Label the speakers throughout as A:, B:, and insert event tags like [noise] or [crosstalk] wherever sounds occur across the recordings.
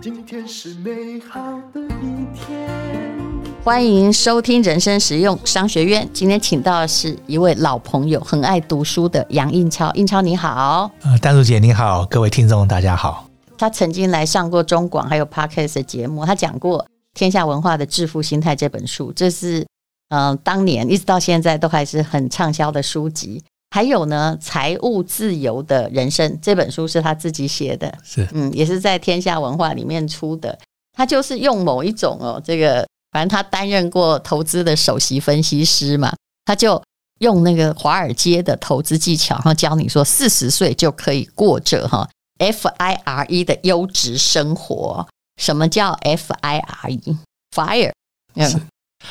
A: 今天是美好的一天。
B: 欢迎收听人生实用商学院。今天请到的是一位老朋友，很爱读书的杨印超。印超你好，
C: 呃，丹如姐你好，各位听众大家好。
B: 他曾经来上过中广还有 Podcast 的节目，他讲过《天下文化的致富心态》这本书，这是嗯、呃当年一直到现在都还是很畅销的书籍。还有呢，《财务自由的人生》这本书是他自己写的，
C: 是
B: 嗯，也是在天下文化里面出的。他就是用某一种哦，这个反正他担任过投资的首席分析师嘛，他就用那个华尔街的投资技巧，然后教你说四十岁就可以过着哈 FIRE E 的优质生活。什么叫 FIRE？Fire，
C: 是
B: 嗯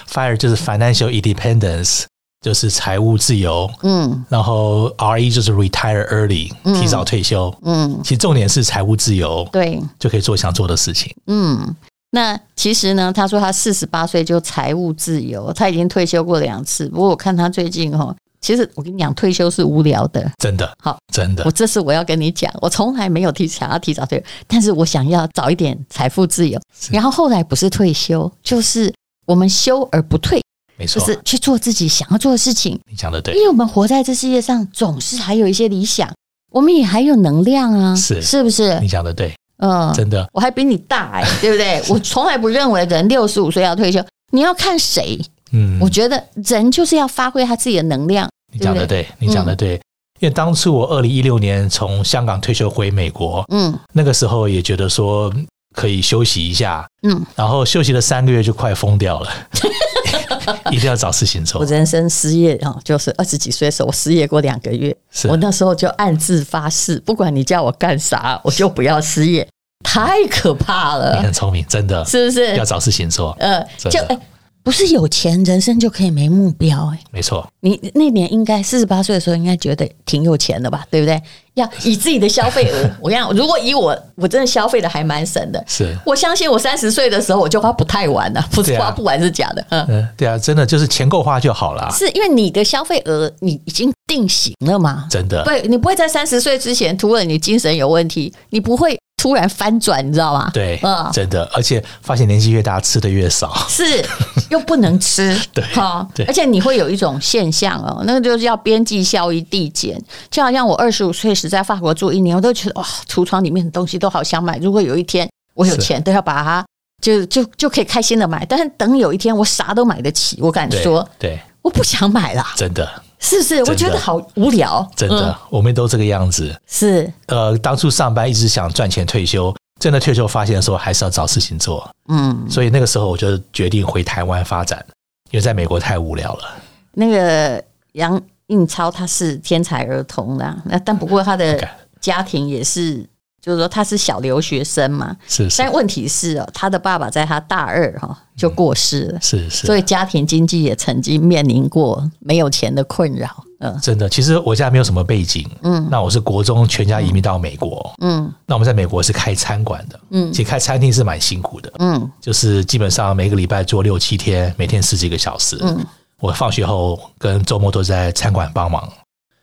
C: FIRE 就是 Financial Independence，就是财务自由，
B: 嗯
C: 然后 RE 就是 Retire Early，
B: 嗯
C: 提早退休。
B: 嗯，
C: 其实重点是财务自由，
B: 对，
C: 就可以做想做的事情。
B: 嗯，那其实呢，他说他四十八岁就财务自由，他已经退休过两次。不过我看他最近哦，其实我跟你讲，退休是无聊的。
C: 真的，
B: 好，
C: 真的
B: 我，这是我要跟你讲，我从来没有提想要提早退休，但是我想要早一点财富自由。
C: 是
B: 然后后来不是退休，就是我们休而不退，
C: 没
B: 就
C: 错，
B: 是去做自己想要做的事情。
C: 你讲的对
B: 因，为我们活在这世界上，总是还有一些理想，我们也还有能量啊，
C: 是
B: 是不是
C: 你？讲的对，
B: 嗯，
C: 真的
B: 我还比你大哎、对不对？我从来不认为人六十五岁要退休，你要看谁？
C: 嗯，
B: 我觉得人就是要发挥他自己的能量。
C: 你讲的对，你
B: 嗯
C: 讲的对。因为当初我二零一六年从香港退休回美国，
B: 嗯
C: 那个时候也觉得说可以休息一下，
B: 嗯，
C: 然后休息了三个月就快疯掉
B: [laughs]
C: 了， [laughs] 一定要找事情做
B: 我。人生失业哦，就是二十几岁的时候，我失业过两个月，
C: 是
B: 我那时候就暗自发誓，不管你叫我干啥，我就不要失业，太可怕
C: 你
B: 了，
C: 很聪明，真的
B: 是不
C: 要
B: 是？
C: 找事情做，
B: 呃，
C: 真的
B: 就哎、不是有钱，人生就可以没目标哎、
C: 没错，
B: 你那年应该四十八岁的时候，应该觉得挺有钱的吧，对不对？要以自己的消费
C: [laughs]
B: 额，我跟你讲，如果以我，我真的消费的还蛮省的。
C: 是。
B: 我相信我三十岁的时候，我就花不太完了、不是
C: 对啊
B: 花不完是假的。嗯，
C: 嗯，对啊啊，真的就是钱够花就好啦。
B: 是因为你的消费额你已经定型了嘛？
C: 真的
B: 对，你不会在三十岁之前，除了你精神有问题，你不会突然翻转，你知道吗？
C: 对
B: 嗯，，
C: 真的，而且发现年纪越大，吃的越少，
B: 是又不能吃，
C: [laughs] 对
B: 哈、
C: 对
B: 而且你会有一种现象哦，那个就是要边际效益递减，就好像我二十五岁时在法国住一年，我都觉得哇，橱窗里面的东西都好想买，如果有一天我有
C: 是
B: 钱，都要把它就就就可以开心的买，但是等有一天我啥都买得起，我敢
C: 对
B: 说
C: 对，
B: 我不想买了，
C: 真的
B: 是不是？
C: 的
B: 我觉得好无聊，
C: 真的，
B: 嗯
C: 我们都这个样子。
B: 是
C: 呃，当初上班一直想赚钱退休，真的退休发现的时候，还是要找事情做。
B: 嗯，
C: 所以那个时候我就决定回台湾发展，因为在美国太无聊了。
B: 那个杨印超他是天才儿童啦，那但不过他的
C: OK
B: 家庭也是，就是说他是小留学生嘛。
C: 是不是
B: 但问题是哦，他的爸爸在他大二哈、哦、就过世了，
C: 是是，啊
B: 所以家庭经济也曾经面临过没有钱的困扰。嗯
C: 真的，其实我家没有什么背景，
B: 嗯
C: 那我是国中全家移民到美国，
B: 嗯
C: 那我们在美国是开餐馆的，
B: 嗯
C: 其实开餐厅是蛮辛苦的，
B: 嗯
C: 就是基本上每个礼拜做六七天，每天十几个小时，
B: 嗯
C: 我放学后跟周末都在餐馆帮忙。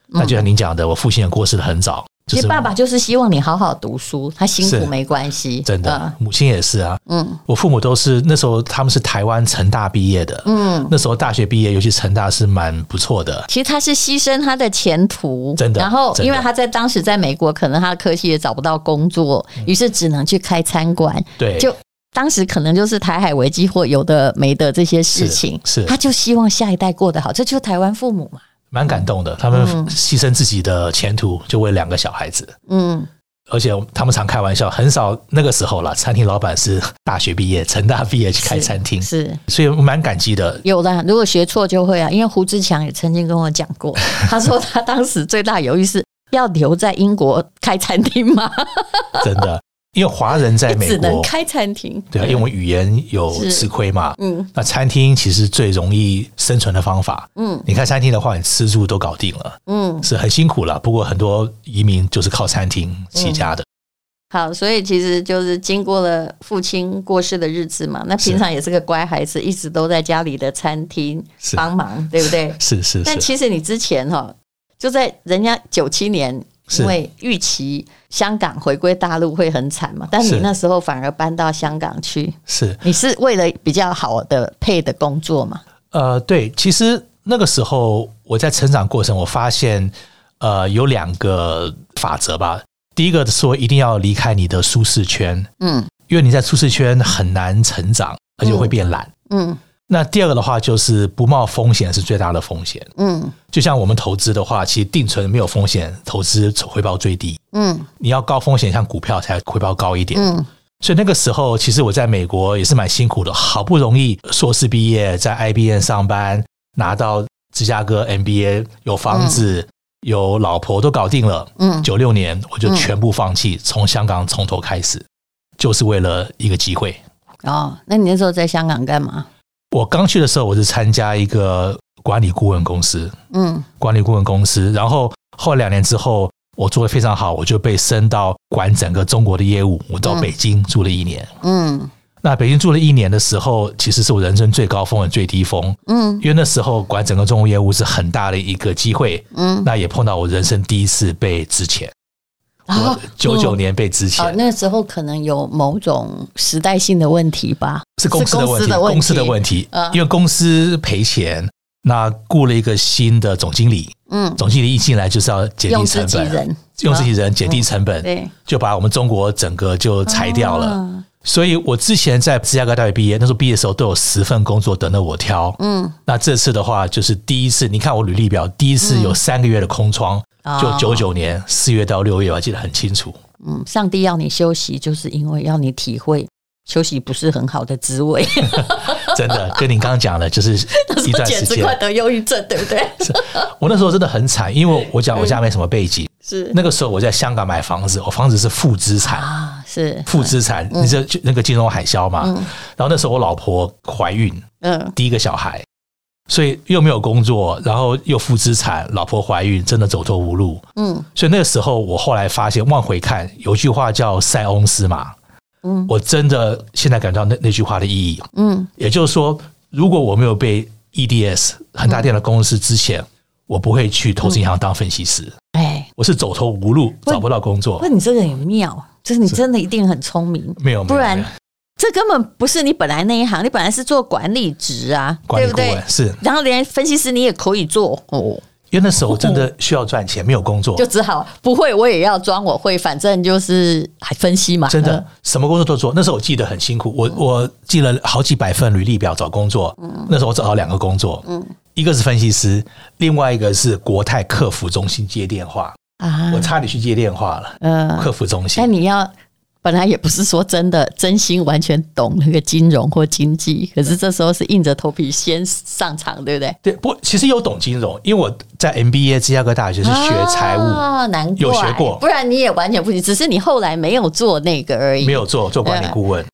C: 那就像您讲的，我父亲也过世的很早，
B: 嗯其
C: 就是
B: 实爸爸就是希望你好好读书，他辛苦
C: 是
B: 没关系。
C: 真的，母亲也是啊。
B: 嗯，
C: 我父母都是那时候他们是台湾成大毕业的，
B: 嗯嗯，
C: 那时候大学毕业，尤其成大是蛮不错的，
B: 其实他是牺牲他的前途，
C: 真的
B: 然后，
C: 真的
B: 因为他在当时在美国，可能他的科系也找不到工作，
C: 嗯
B: 于是只能去开餐馆。
C: 对，
B: 就当时可能就是台海危机或有的没的这些事情，
C: 是是
B: 他就希望下一代过得好，这就是台湾父母嘛。
C: 蛮感动的。他们牺牲自己的前途，就为两个小孩子，
B: 嗯，
C: 而且他们常开玩笑，很少那个时候啦，餐厅老板是大学毕业、成大毕业去开餐厅，
B: 是
C: 所以蛮感激的。
B: 有的。如果学错就会啊，因为胡志强也曾经跟我讲过，他说他当时最大犹豫是要留在英国开餐厅吗？
C: 真
B: [laughs]
C: 的，因为华人在美
B: 只能
C: 国，
B: 开餐厅。
C: 对啊，因为我们语言有
B: 是
C: 吃亏嘛。
B: 嗯
C: 那餐厅其实最容易生存的方法。
B: 嗯
C: 你看餐厅的话，你吃住都搞定了，
B: 嗯，
C: 是很辛苦了。不过很多移民就是靠餐厅起家的，
B: 嗯好，所以其实就是经过了父亲过世的日子嘛，那平
C: 是
B: 常也是个乖孩子，一直都在家里的餐厅
C: 是
B: 帮忙，对不对？
C: 是是
B: 但
C: 是，
B: 其实你之前哈、就在人家九七年
C: 是
B: 因为预期香港回归大陆会很惨嘛，但你
C: 是
B: 那时候反而搬到香港去，
C: 是
B: 你是为了比较好的配的工作嘛？
C: 呃，对，其实那个时候我在成长过程，我发现呃有两个法则吧。第一个说一定要离开你的舒适圈，
B: 嗯
C: 因为你在舒适圈很难成长，而且会变懒。
B: 嗯
C: 那第二个的话就是不冒风险是最大的风险。
B: 嗯
C: 就像我们投资的话，其实定存没有风险，投资回报最低。
B: 嗯
C: 你要高风险，像股票才回报高一点。
B: 嗯
C: 所以那个时候，其实我在美国也是蛮辛苦的，好不容易硕士毕业，在 IBM 上班，拿到芝加哥 MBA，有房子、有老婆都搞定了。
B: 嗯，
C: 九六年我就全部放弃，从香港从头开始，就是为了一个机会。
B: 哦，那你那时候在香港干嘛？
C: 我刚去的时候，我是参加一个管理顾问公司，
B: 嗯
C: 管理顾问公司，然后后来两年之后，我做的非常好，我就被升到管整个中国的业务。我到
B: 嗯
C: 北京住了一年。
B: 嗯
C: 那北京住了一年的时候，其实是我人生最高峰和最低峰，
B: 嗯
C: 因为那时候管整个中国业务是很大的一个机会。
B: 嗯，
C: 那也碰到我人生第一次被之前，我
B: 哦
C: 九九
B: 嗯
C: 年被之前、
B: 哦，那时候可能有某种时代性的问题吧。
C: 是公司的问题，
B: 是
C: 公司的
B: 题。
C: 问题
B: 嗯，
C: 因为公司赔钱，那雇了一个新的总经理，
B: 嗯，
C: 总经理一进来就是要减
B: 用
C: 低
B: 自
C: 成
B: 己
C: 本，
B: 人，嗯
C: 用自己人减低成本，
B: 对，
C: 就把我们中国整个就裁掉了。
B: 啊
C: 所以我之前在芝加哥大学毕业，那时候毕业的时候都有十份工作等着我挑。
B: 嗯，
C: 那这次的话，就是第一次，你看我履历表，第一次有三个月的空窗，
B: 哦
C: 就九九年四月到六月，我还记得很
B: [laughs]
C: 清楚。
B: 嗯，上帝要你休息，就是因为要你体会休息不是很好的滋
C: [laughs]
B: 味。
C: 真的，跟你刚刚讲的，就是一段
B: [laughs]
C: 时
B: 简直
C: 间。
B: 快得忧郁症，对不
C: [laughs]
B: 对？
C: 我那时候真的很惨，因为我讲我家没什么背景，
B: 是
C: 那个时候我在香港买房子，我房子是负资产。
B: 啊，是
C: 负资产，
B: 嗯
C: 你这那个金融海啸嘛，然后那时候我老婆怀孕，
B: 嗯
C: 第一个小孩，所以又没有工作，然后又负资产，老婆怀孕，真的走投无路。
B: 嗯
C: 所以那个时候，我后来发现，往回看，有句话叫“塞翁失马”，
B: 嗯
C: 我真的现在感觉到那那句话的意义。
B: 嗯
C: 也就是说，如果我没有被 EDS 很大电的公司之前，我不会去投资银行当分析师，
B: 哎，
C: 我是走投无路，
B: 喂
C: 找不到工作
B: 不，。你这个很妙，就是你真的一定很聪明，
C: 没有，没
B: 不
C: 有
B: 然
C: 没有
B: 这根本不是你本来那一行，你本来是做管理职啊，
C: 管
B: 对
C: 理
B: 不
C: 顾
B: 对
C: 问？是
B: 然后连分析师你也可以做哦，
C: 因为那时候我真的需要赚钱，没有工作
B: 就，只好不会我也要装我会，反正就是还分析嘛，
C: 真的什么工作都做。那时候我记得很辛苦，
B: 嗯
C: 我我记了好几百份履历表找工作。那时候我找到两个工作，
B: 嗯
C: 一个是分析师，另外一个是国泰客服中心接电话。
B: 呃啊
C: 我，差点去接电话了，
B: 嗯
C: 客服中心
B: 但。你要本来也不是说真的真心完全懂那个金融或经济，可是这时候是硬着头皮先上场，对不对？
C: 对，不，其实有懂金融，因为我在 MBA 芝加哥大学是学财务，
B: 啊，难怪
C: 有学过
B: 不然你也完全不行，只是你后来没有做那个而已。
C: 没，有做做管理顾问。
B: 嗯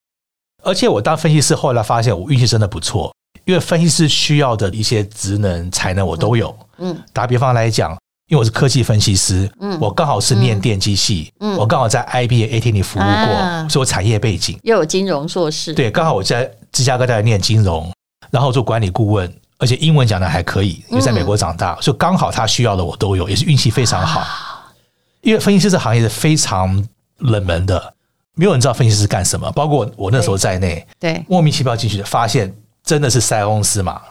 C: 而且我当分析师后来发现我运气真的不错，因为分析师需要的一些职能才能我都有。
B: 嗯
C: 打比方来讲，因为我是科技分析师，
B: 嗯
C: 我刚好是念电机系，
B: 嗯
C: 我刚好在 IBM、AT 里服务过，
B: 啊
C: 所以我产业背景。
B: 又有金融硕士，，
C: 对，刚好我在芝加哥大学念金融，然后做管理顾问，而且英文讲的还可以，因为在美
B: 嗯
C: 国长大，所以刚好他需要的我都有，也是运气非常好。
B: 啊
C: 因为分析师这行业是非常冷门的，没有人知道分析师干什么，包括我我那时候在内，
B: 对，
C: 莫名其妙进去的，发现真的是塞翁失马。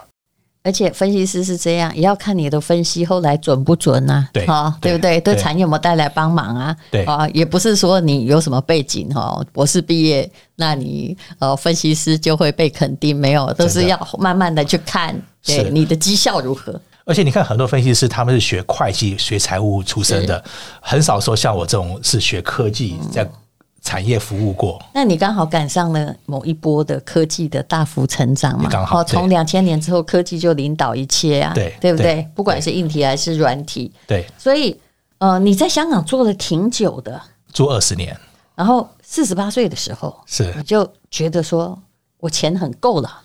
B: 而且分析师是这样，也要看你的分析后来准不准啊，
C: 对
B: 啊，对
C: 对
B: 不对？对
C: 对
B: 产业有没有带来帮忙啊？
C: 对
B: 啊，也不是说你有什么背景哦，博士毕业，那你呃分析师就会被肯定，没有，都是
C: 真的
B: 要慢慢的去看，对
C: 是
B: 你的绩效如何。
C: 而且你看，很多分析师他们是学会计、学财务出身的，很少说像我这种是学科技，在
B: 嗯
C: 产业服务过。
B: 那你刚好赶上了某一波的科技的大幅成长嘛？
C: 刚好
B: 哦，从两千年之后，科技就领导一切啊，
C: 对
B: 不对
C: 对？
B: 不管是硬体还是软体，
C: 对，
B: 所以呃，你在香港做了挺久的，
C: 做二十年
B: 然后四十八岁的时候，
C: 是
B: 你就觉得说我钱很够
C: [laughs]
B: 了，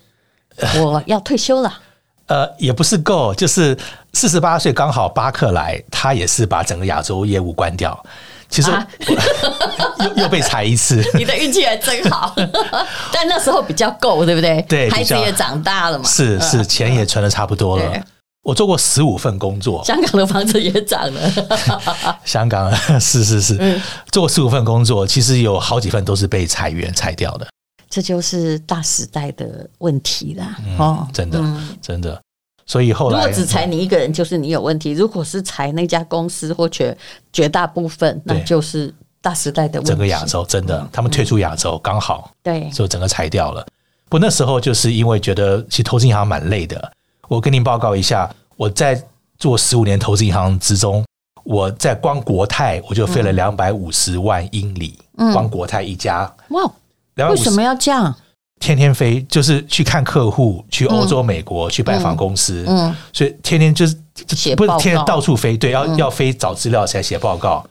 B: 我要退休了。
C: 呃，也不是够，就是四十八岁刚好巴克莱，他也是把整个亚洲业务关掉。其实我、
B: 啊
C: [laughs] 又又被裁
B: [laughs]
C: 一次，
B: 你的运气还真好， [laughs] 但那时候比较够，对不对？
C: 对比
B: 孩子
C: 较
B: 也长大了嘛。
C: 是是，钱也存的差不多了
B: 对。
C: 我做过十五份工作，
B: 香港的房子也涨了，
C: [laughs] 香港是是是，
B: 嗯
C: 做过十五份工作，其实有好几份都是被裁员裁掉的，
B: 这就是大时代的问题啦。哦，
C: 真的
B: 嗯
C: 真的。所以后
B: 如果
C: 来嗯
B: 只裁你一个人，就是你有问题；如果是裁那家公司或绝绝大部分，那
C: 对
B: 就是大时代的问题。嗯
C: 整个亚洲真的，他们退出亚洲刚好
B: 对，
C: 就整个裁掉了。不，那时候就是因为觉得其实投资银行蛮累的。我跟您报告一下，我在做十五年投资银行之中，我在光国泰我就飞了两百五十万英里，
B: 嗯
C: 光国泰一家
B: 哇，
C: 两
B: 为
C: 百五十
B: 什么要这样？
C: 天天飞，就是去看客户，去欧洲、美国去拜访公司，
B: 嗯，
C: 所以天天就是
B: 写
C: 不是
B: 报告嗯
C: 天天到处飞，对，要、要飞找资料才写报告。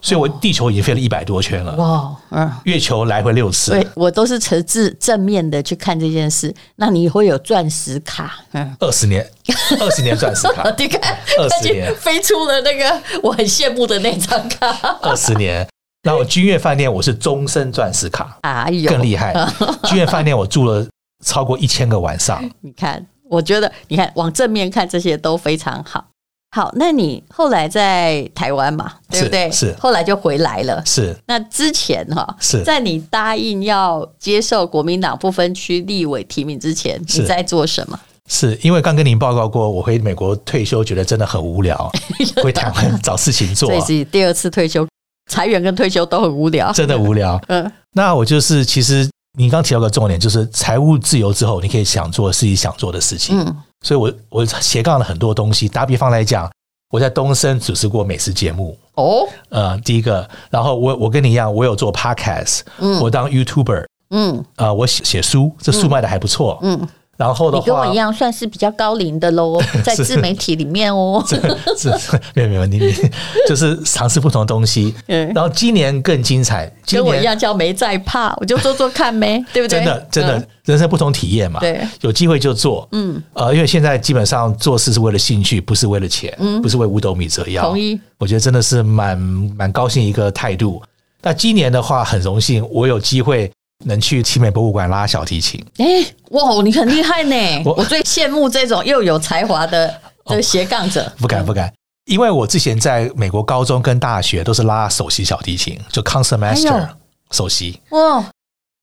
C: 所以我地球已经飞了一百多圈了，
B: 哇，嗯。
C: 月球来回六次
B: 对，，我都是持正正面的去看这件事。那你会有钻石卡，嗯，
C: 二十
B: [laughs]
C: 年，二十年钻石 [laughs] 卡，
B: 你看，
C: 20
B: 他就
C: 年
B: 飞出了那个我很羡慕的那张卡。
C: 二十年。然后君悦饭店我是终身钻石卡，
B: 哎呦，
C: 更厉
B: [laughs]
C: 害。君悦饭店我住了超过一千个晚上，
B: 你看，我觉得你看往正面看这些都非常好。好，那你后来在台湾嘛，对不对？
C: 是是
B: 后来就回来了。
C: 是
B: 那之前哈，
C: 是
B: 在你答应要接受国民党不分区立委提名之前，
C: 是
B: 你在做什么？
C: 是因为刚跟您报告过，我回美国退休觉得真的很
B: [laughs]
C: 无聊，回台湾找事情做啊
B: 这，是第二次退休，裁员跟退休都很无聊。
C: 真的无聊。
B: 嗯，
C: 那我就是其实您刚提到个重点，就是财务自由之后，你可以想做自己想做的事情。
B: 嗯
C: 所以我我斜杠了很多东西。打比方来讲，我在东森主持过美食节目，
B: 哦，
C: 呃，第一个，然后我我跟你一样，我有做 podcast，、
B: 嗯
C: 我当 YouTuber，
B: 嗯
C: 呃，我写写书，这书卖的还不错。
B: 嗯，
C: 然后的
B: 你跟我
C: 话
B: 一，样算是比较高龄的
C: [laughs]
B: 喽，在自媒体里面哦。
C: 是是没有没有你你就是尝试不同的东西。
B: 嗯
C: 然后今年更精彩，今
B: 跟我
C: 年
B: 一样叫没在怕，我就做做看没，对不对？
C: 真的
B: 嗯
C: 真的人生不同体验嘛。
B: 对，
C: 有机会就做。嗯，呃，因为现在基本上做事是为了兴趣，不是为了钱，不是为五斗米折腰。
B: 嗯同意。
C: 我觉得真的是蛮蛮高兴一个态度。那今年的话，很荣幸我有机会能去奇美博物馆拉小提琴。
B: 哎、哇，你很厉害呢！我
C: 我哦
B: 最羡慕这种又有才华的的斜杠者。
C: 不敢不敢，因为我之前在美国高中跟大学都是拉首席小提琴，就 concert
B: 哎呦
C: master 首席，
B: 哇，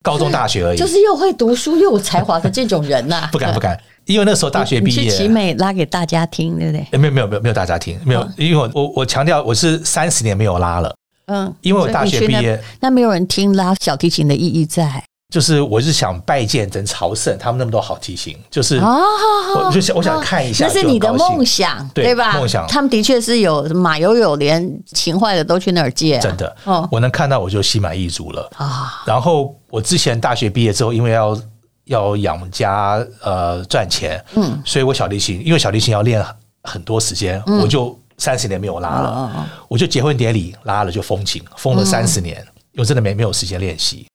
C: 高中大学而已，
B: 就是又会读书又有才华的这种人呐、
C: 不敢不敢，因为那时候大学
B: 你
C: 毕
B: 去奇
C: 业。
B: 美嗯拉给大家听，对不对？
C: 诶没有没有没有没有大家听没有，因为我我我强调我是三十年没有拉了，
B: 嗯，
C: 因为我大学毕
B: 所以你去
C: 业
B: 那，那没有人听拉小提琴的意义在
C: 就是我是想拜见整朝圣，他们那么多好提琴，就是
B: 哦。
C: 我就想我想看一下
B: 那是
C: 就很
B: 你的
C: 高兴
B: 梦想，
C: 对
B: 吧？
C: 梦想
B: 他们的确是有马友友，连琴坏的都去那儿借、啊，
C: 真的
B: 哦，
C: 我能看到我就心满意足了。
B: 啊，
C: 然后我之前大学毕业之后，因为要要养家呃赚钱，嗯，所以我小提琴，因为小提琴要练很多时间，
B: 嗯
C: 我就三十年没有拉了，
B: 哦哦
C: 我就结婚典礼拉了就封琴，封了三十
B: 嗯
C: 年，我真的没没有时间练习。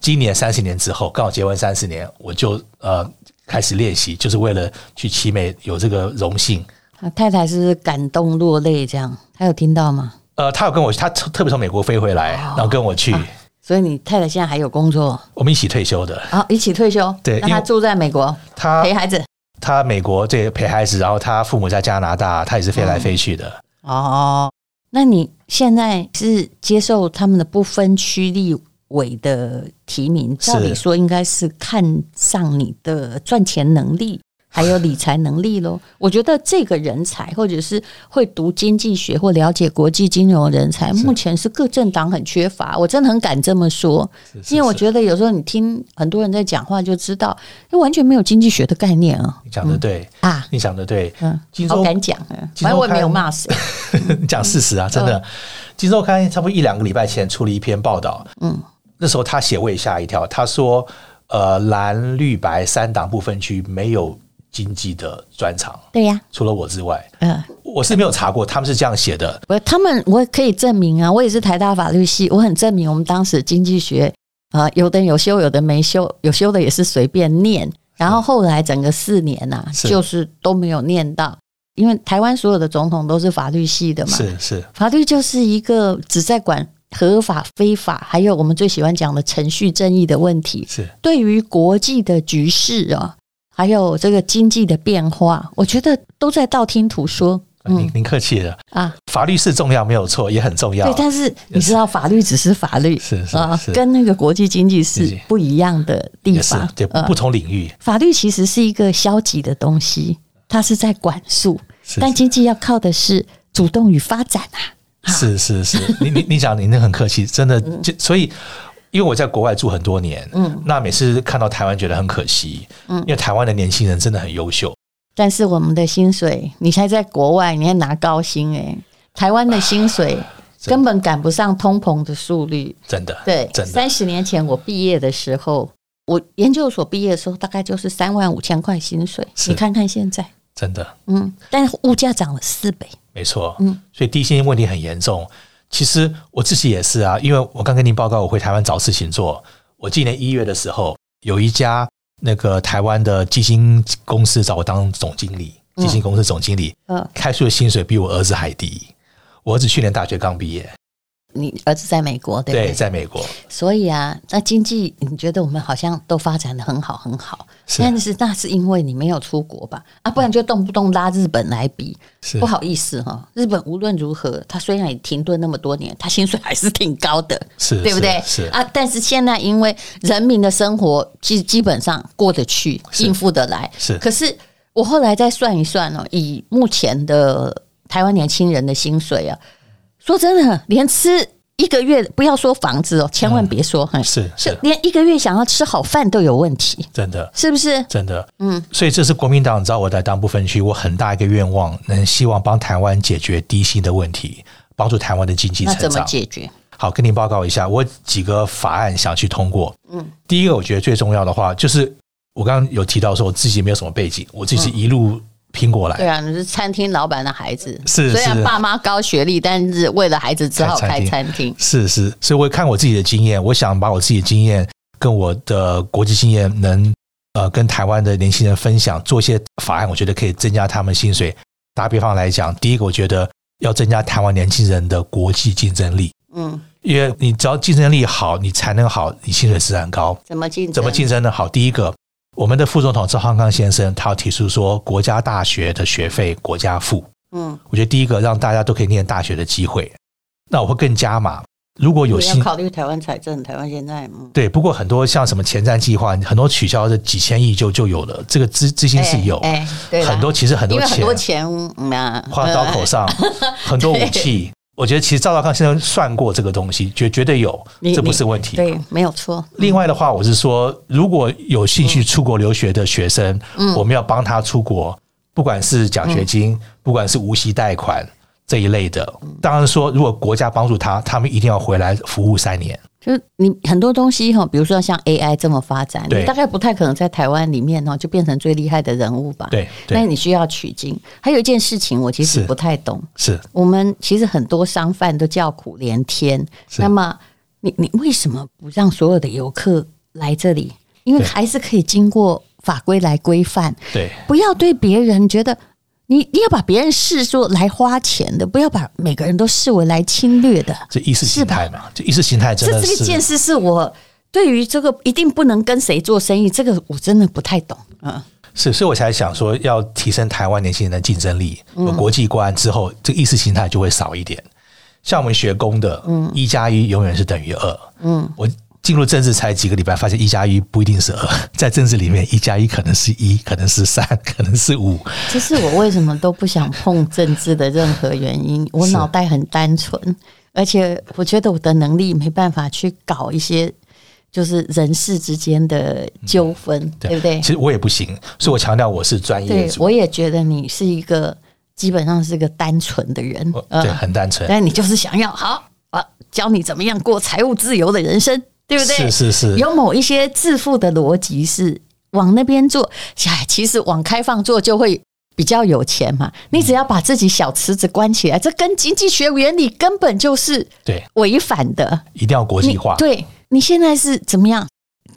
C: 今年三十年之后，刚好结婚三十年，我就呃开始练习，就是为了去奇美有这个荣幸。
B: 啊太太是不是感动落泪，这样，她有听到吗？
C: 呃，他有跟我，他特特别从美国飞回来，
B: 哦
C: 然后跟我去，
B: 啊所以你太太现在还有工作，
C: 我们一起退休的。
B: 啊，一起退休。
C: 对
B: 那
C: 因
B: 他
C: 为
B: 住在美国
C: 他
B: 陪孩子。
C: 他美国这陪孩子，然后他父母在加拿大，他也是飞来飞去的。
B: 哦，那你现在是接受他们的不分区立委的提名？
C: 是
B: 照理说应该是看上你的赚钱能力。还有理财能力咯。我觉得这个人才，或者是会读经济学或了解国际金融的人才，目前是各政党很缺乏。我真的很敢这么说，因为我觉得有时候你听很多人在讲话，就知道，就完全没有经济学的概念啊
C: 你讲的对，
B: 啊！
C: 你讲的对，
B: 嗯，
C: 金
B: 好
C: 周
B: 敢讲，嗯
C: 金
B: 反正我也没有
C: 周刊
B: 骂谁。
C: 你讲事实啊，真的。金周刊差不多一两个礼拜前出了一篇报道，嗯，那时候他写我也吓一跳，他说，呃，蓝绿白三党不分区没有经济的专长，
B: 对呀、
C: 除了我之外，
B: 嗯、
C: 我是没有查过，他们是这样写的，
B: 我他们我可以证明啊，我也是台大法律系，我很证明我们当时经济学啊、呃有的有修，有的没修，有修的也是随便念，然后后来整个四年呐、
C: 是
B: 就是都没有念到，因为台湾所有的总统都是法律系的嘛，
C: 是是
B: 法律就是一个只在管合法、非法，还有我们最喜欢讲的程序正义的问题，
C: 是，
B: 对于国际的局势啊，还有这个经济的变化，我觉得都在道听途说。
C: 您您客气了，
B: 啊，
C: 法律是重要没有错，也很重要。
B: 对，但是你知道，法律只是法律，
C: 是是
B: 啊
C: 是，
B: 跟那个国际经济是
C: 是
B: 不一样的地
C: 也是
B: 方。
C: 对不
B: 啊
C: 不同领域，
B: 法律其实是一个消极的东西，它是在管束，
C: 是
B: 但经济要靠的是主动与发展啊。
C: 是是是， [laughs] 你你你讲，你那很客气，真的，就所以。因为我在国外住很多年，嗯，那每次看到台湾觉得很可惜，嗯，因为台湾的年轻人真的很优秀，
B: 但是我们的薪水，你还在国外，你还拿高薪诶、台湾的薪水
C: 啊
B: 根本赶不上通膨的速率。
C: 真的，
B: 对，
C: 真的
B: 三十年前我毕业的时候，我研究所毕业的时候大概就是三万五千块薪水，
C: 是
B: 你看看现在，
C: 真的，
B: 嗯，但是物价涨了四倍，
C: 没错，嗯，所以低薪问题很严重。其实我自己也是啊，因为我刚跟您报告，我回台湾找事情做。我今年一月的时候，有一家那个台湾的基金公司找我当总经理，基金公司总经理，
B: 嗯，
C: 开出的薪水比我儿子还低。我儿子去年大学刚毕业，
B: 你儿子在美国对不
C: 对，
B: 对？
C: 在美国
B: 所以啊，那经济你觉得我们好像都发展的很好很好，
C: 是
B: 但是那是因为你没有出国吧？啊，不然就动不动拉日本来比，
C: 是
B: 不好意思哈、日本无论如何，它虽然也停顿那么多年，它薪水还是挺高的，
C: 是
B: 对不对？
C: 是
B: 啊，但是现在因为人民的生活基基本上过得去，
C: 是
B: 应付得来。
C: 是
B: 可是我后来再算一算哦，以目前的台湾年轻人的薪水啊，说真的，连吃一个月，不要说房子哦，千万别说，嘿
C: 嗯是是
B: 就连一个月想要吃好饭都有问题，
C: 真的
B: 是不是？
C: 真的，嗯，所以这是国民党，你知道我在当部分区，我很大一个愿望，能希望帮台湾解决低薪的问题，帮助台湾的经济
B: 那
C: 成
B: 怎么
C: 长。
B: 解决？
C: 好，跟您报告一下，我几个法案想去通过。嗯，第一个我觉得最重要的话，就是我刚刚有提到说，我自己没有什么背景，我自己是
B: 嗯
C: 一路拼过来。
B: 对啊，你是餐厅老板的孩子，
C: 哎是
B: 虽然
C: 是
B: 爸妈高学历，但是为了孩子只好
C: 开
B: 开
C: 餐厅
B: 餐厅。
C: 是是，所以我看我自己的经验，我想把我自己的经验跟我的国际经验能呃跟台湾的年轻人分享，做一些法案，我觉得可以增加他们薪水。打比方来讲，第一个我觉得要增加台湾年轻人的国际竞争力，
B: 嗯，
C: 因为你只要竞争力好，你才能好，你薪水自然高。
B: 怎么竞争？
C: 怎么竞争呢？好，第一个，我们的副总统赵汉康先生，他有提出说，国家大学的学费国家付。
B: 嗯，
C: 我觉得第一个让大家都可以念大学的机会。那我会更加码，如果哦有
B: 你要
C: 心
B: 考虑台湾财政，台湾现在嗯，
C: 对，不过很多像什么前瞻计划，很多取消的几千亿就就有了，这个资资金是有，
B: 哎，哎对啦
C: 很多其实很
B: 因
C: 多
B: 为很
C: 钱
B: 多钱嗯啊，
C: 花刀口上，
B: [laughs]
C: 很多武器。我觉得其实赵少康先生算过这个东西，绝绝对有，
B: 你
C: 这不是问题。
B: 呃对，没有错。
C: 另外的话，我是说，如果有兴趣出国留学的学生，
B: 嗯
C: 我们要帮他出国，不管是奖学金，不管是无息贷款这一类的。当然说，如果国家帮助他，他们一定要回来服务三年。
B: 就是你很多东西哈，比如说像 AI 这么发展，
C: 对
B: 你大概不太可能在台湾里面哦就变成最厉害的人物吧？
C: 对对
B: 那你需要取经。还有一件事情，我其实
C: 是
B: 不太懂，
C: 是
B: 我们其实很多商贩都叫苦连天。
C: 是
B: 那么你你为什么不让所有的游客来这里？因为
C: 对
B: 还是可以经过法规来规范，
C: 对，
B: 不要对别人觉得你你要把别人视作来花钱的，不要把每个人都视为来侵略的。
C: 这意识形态嘛，这意识形态真
B: 这
C: 的
B: 这个
C: 是
B: 见识是我对于这个一定不能跟谁做生意，这个我真的不太懂。嗯，
C: 是，所以我才想说要提升台湾年轻人的竞争力，
B: 嗯
C: 有国际观之后，这个意识形态就会少一点。像我们学工的，嗯，一加一永远是等于二，嗯，我进入政治才几个礼拜，发现一加一不一定是二， [laughs] 在政治里面，一加一可能是一，可能是三， [laughs] 可能是五，
B: 这是我为什么都不想碰政治的任何原
C: [laughs]
B: 因。我脑袋很单纯，而且我觉得我的能力没办法去搞一些就是人事之间的纠纷，
C: 嗯
B: 对不对
C: 其？实我也不行，所以我强调我是专业
B: 对，
C: 主
B: 我也觉得你是一个基本上是个单纯的人
C: 我，
B: 嗯
C: 哦对，很单纯，
B: 但你就是想要好啊，教你怎么样过财务自由的人生，对不对？
C: 是是是，
B: 有某一些致富的逻辑是往那边做，哎，其实往开放做就会比较有钱嘛。你只要把自己小池子关起来，这跟经济学原理根本就是
C: 对，
B: 违反的。
C: 一定要国
B: 你
C: 际化，
B: 对你现在是怎么样？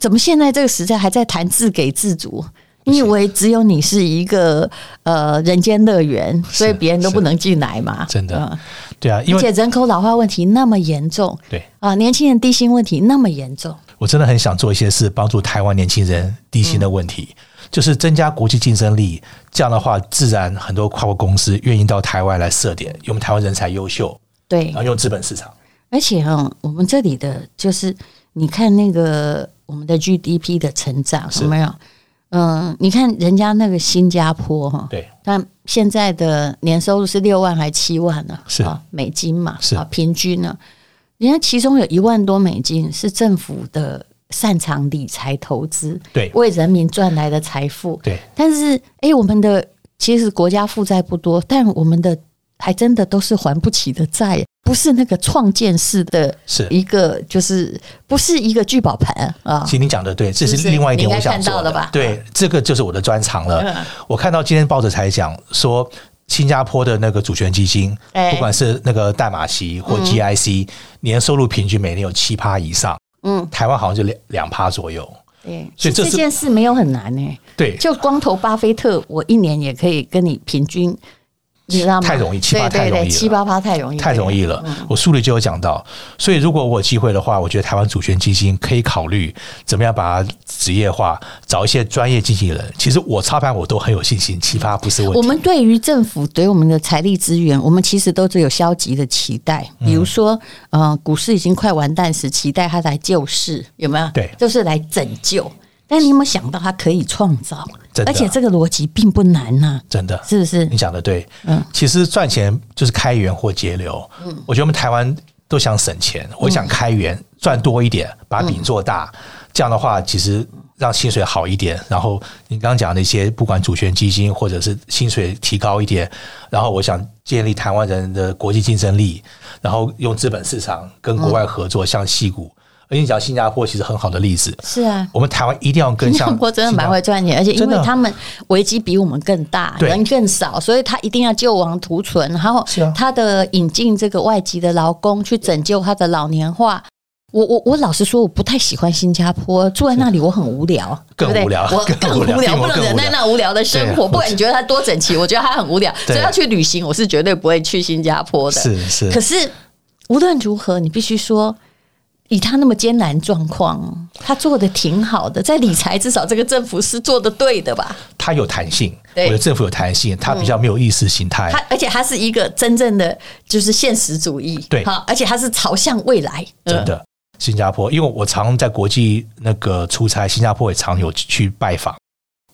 B: 怎么现在这个时代还在谈自给自足？你以为只有你是一个呃人间乐园，所以别人都不能进来嘛？
C: 真的
B: 嗯
C: 对啊，因
B: 而且
C: 为
B: 人口老化问题那么严重
C: 对。
B: 啊、年轻人低薪问题那么严重，
C: 我真的很想做一些事，帮助台湾年轻人低薪的问题。就是增加国际竞争力。这样的话，自然很多跨国公司愿意到台湾来设点，因为我们台湾人才优秀，
B: 对
C: 然，后用资本市场。
B: 而且哈、我们这里的就是你看那个我们的 GDP 的成长
C: 是
B: 有没有？嗯、你看人家那个新加坡哈、
C: 对，
B: 但现在的年收入是六万还七万呢、
C: 是
B: 啊，美金嘛，
C: 是
B: 啊，平均呢、人家其中有一万多美金是政府的擅长理财投资，
C: 对
B: 为人民赚来的财富。
C: 对，
B: 但是，哎、我们的其实国家负债不多，但我们的还真的都是还不起的债，不是那个创建式的
C: 是。
B: 一个，就是不是一个聚宝盘啊
C: 其。实你讲的对，这
B: 是
C: 是
B: 不是
C: 另外一点
B: 你应
C: 我
B: 该
C: 想
B: 看
C: 做
B: 到
C: 的。
B: 了吧
C: 对，这个就是我的专长了。
B: 嗯
C: 我看到今天报纸才讲说，新加坡的那个主权基金，
B: 哎嗯
C: 不管是那个代码席或 GIC，、年收入平均每年有七趴以上，
B: 嗯，
C: 台湾好像就两两趴左右。
B: 对，
C: 所以这
B: 这
C: 是
B: 件事没有很难呢、
C: 对，
B: 就光头巴菲特，我一年也可以跟你平均，你知道吗？
C: 太容易七
B: 对
C: 八
B: 对
C: 太容易
B: 对
C: 了
B: 七八八太容易，
C: 太容易了。
B: 嗯
C: 我书里就有讲到，所以如果我有机会的话，我觉得台湾主权基金可以考虑怎么样把它职业化，找一些专业经纪人。其实我操盘我都很有信心，奇葩不是问题。
B: 我们对于政府对我们的财力资源，我们其实都是有消极的期待。
C: 嗯
B: 比如说，呃，股市已经快完蛋时，期待它来救市，有没有？
C: 对
B: 就是来拯救。但你有没有想到，它可以创造
C: 真？的
B: 而且这个逻辑并不难呐、
C: 真的
B: 是不是
C: 你？讲的对，
B: 嗯
C: 其实赚钱就是开源或节流，我觉得我们台湾都想省
B: 嗯
C: 钱，我想开源赚多一点，把饼做大，这样的话其实让薪水好一点，然后你刚刚讲的一些不管主权基金或者是薪水提高一点，然后我想建立台湾人的国际竞争力，然后用资本市场跟国外合作，像戏股，
B: 嗯
C: 而且你讲新加坡其实很好的例子，
B: 是啊。
C: 我们台湾一定要跟
B: 新
C: 上
B: 加坡真的蛮
C: 新加
B: 会赚钱，而且因
C: 真
B: 为
C: 的啊
B: 他们危机比我们更大，
C: 对
B: 人更少，所以他一定要救亡图存，然后
C: 是啊
B: 他的引进这个外籍的劳工去拯救他的老年化。我我我老实说，我不太喜欢新加坡，住在那里我很无聊，对
C: 更
B: 不对
C: 无聊
B: 我
C: 更
B: 更
C: 无聊
B: 无聊，
C: 比我
B: 不能
C: 更
B: 忍
C: 无
B: 耐
C: 聊
B: 那无聊的生
C: 对
B: 活。
C: 我
B: 不管你觉得他多整齐，我觉得他很无聊。所
C: 对
B: 以要去旅行，我是绝对不会去新加坡的。
C: 是是
B: 可是无论如何，你必须说，以他那么艰难状况，他做的挺好的，在理财至少这个政府是做的对的吧？
C: 它有弹性，我
B: 对
C: 觉得政府有弹性，它比较没有意识形态。
B: 他而且他是一个真正的就是现实主义，
C: 对
B: 好，而且他是朝向未来，嗯
C: 真的，新加坡，因为我常在国际那个出差，新加坡也常有去拜访。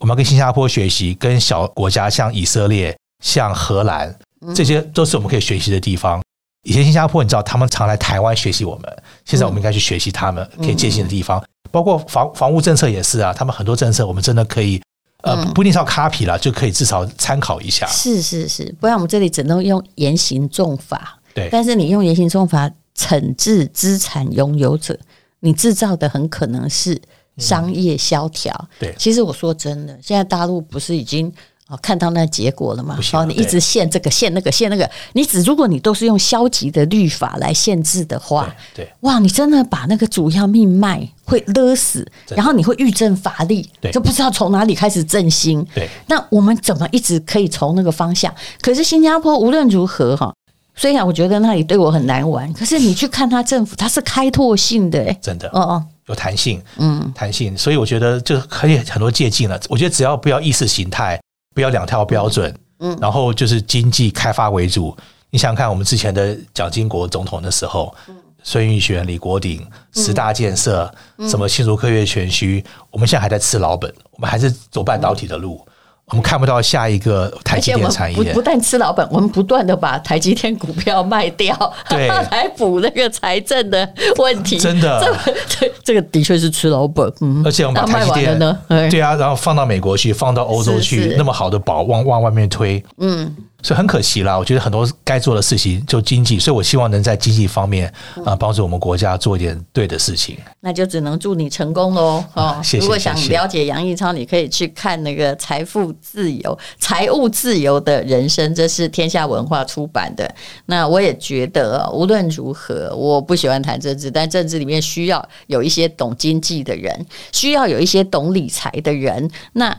C: 我们要跟新加坡学习，跟小国家像以色列、像荷兰，
B: 嗯
C: 这些都是我们可以学习的地方。以前新加坡，你知道他们常来台湾学习我们，现
B: 嗯
C: 在我们应该去学习他们可以借鉴的地方，包括房房屋政策也是啊，他们很多政策我们真的可以，呃，
B: 嗯
C: 不一定是要 copy 啦，就可以至少参考一下。
B: 是是是，不然我们这里只能用严刑重法。
C: 对
B: 但是你用严刑重法惩治资产拥有者，你制造的很可能是商业萧条。
C: 对
B: 其实我说真的，现在大陆不是已经。哦，看到那结果了嘛
C: 不？行
B: 哦，
C: 了
B: 你一直
C: 对
B: 限这个限那个限那个，你只如果你都是用消极的律法来限制的话，
C: 对对
B: 哇，你真的把那个主要命脉会勒死，
C: 真的
B: 然后你会愈振乏力
C: 对，
B: 就不知道从哪里开始振兴。
C: 对，
B: 那我们怎么一直可以从那个方向？可是新加坡无论如何哈，虽然我觉得那里对我很难玩，可是你去看他政府，它是开拓性的、欸，
C: 真的。
B: 哦哦，
C: 有弹性，嗯，弹性，所以我觉得就可以很多借鉴了。我觉得只要不要意识形态，不要两套标准，嗯，然后就是经济开发为主。你想想看，我们之前的蒋经国总统的时候，孙运璇、李国鼎十大建设，什么新竹科学园区，我们现在还在吃老本，我们还是走半导体的路，我们看不到下一个台
B: 而
C: 积
B: 且我
C: 电
B: 们
C: 产
B: 不
C: 业
B: 不。但吃老本，我们不断的把台积电股票卖掉， [laughs]
C: 对
B: 来补那个财政的问题。
C: 真的
B: 这这这个的确是吃老本，嗯，
C: 而且我们把
B: 那
C: 台
B: 卖
C: 积
B: 完了
C: 电
B: 呢， [laughs] 哎
C: 对啊，然后放到美国去，放到欧洲
B: 是
C: 去，
B: 是
C: 那么好的宝往往外面推，嗯，所以很可惜啦。我觉得很多该做的事情就经济，所以我希望能在经济方面
B: 嗯
C: 啊、呃帮助我们国家做一点对的事情。
B: 那就只能祝你成功喽！哦，
C: 啊谢谢
B: 如果想
C: 谢谢
B: 了解杨一超，你可以去看那个《财富自由、财务自由的人生》，这是天下文化出版的。那我也觉得哦，无论如何，我不喜欢谈政治，但政治里面需要有一些懂经济的人，需要有一些懂理财的人。那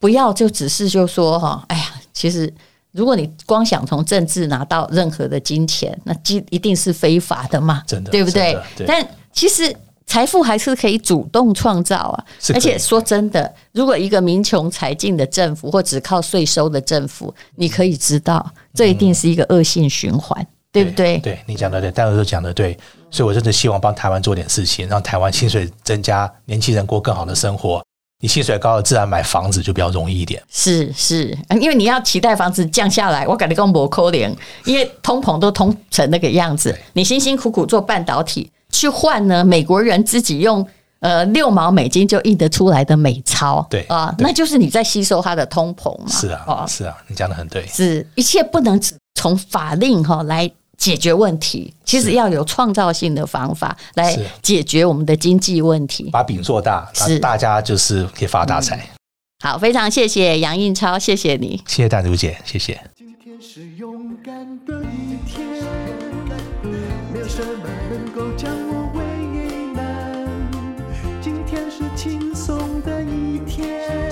B: 不要就只是就说哈，哎呀，其实如果你光想从政治拿到任何的金钱，那一一定是非法的嘛，
C: 真的
B: 对不对
C: 真的？对
B: 但其实财富还是可以主动创造啊
C: 是！可
B: 而
C: 以
B: 且说真的，如果一个民穷财尽的政府，或只靠税收的政府，你可以知道，这一定是一个恶性循环，对不对？
C: 嗯对你讲的对，戴教授讲的对，所以我真的希望帮台湾做点事情，让台湾薪水增加，年轻人过更好的生活。你薪水高了，自然买房子就比较容易一点。
B: 是是，啊因为你要期待房子降下来，我感觉跟摩扣连，因为通膨都通成那个样子
C: 对，
B: 你辛辛苦苦做半导体去换呢，美国人自己用呃六毛美金就印得出来的美钞，
C: 对
B: 啊，
C: 对
B: 那就是你在吸收它的通膨嘛，
C: 是啊，
B: 哦，
C: 是啊，你讲的很对。
B: 是一切不能只从法令哈来解决问题，其实要有创造性的方法来
C: 是
B: 解决我们的经济问题。
C: 把饼做大，
B: 是嗯
C: 让大家就是可以发大财。
B: 好，非常谢谢杨印超，谢谢你。
C: 谢谢淡如姐，谢谢。
A: 今天是勇敢的一天，没有什么能够将我为难。今天是轻松的一天，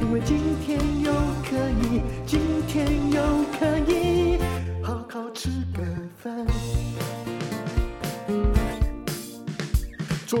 A: 因为今天又可以，今天又可以好好吃个饭，做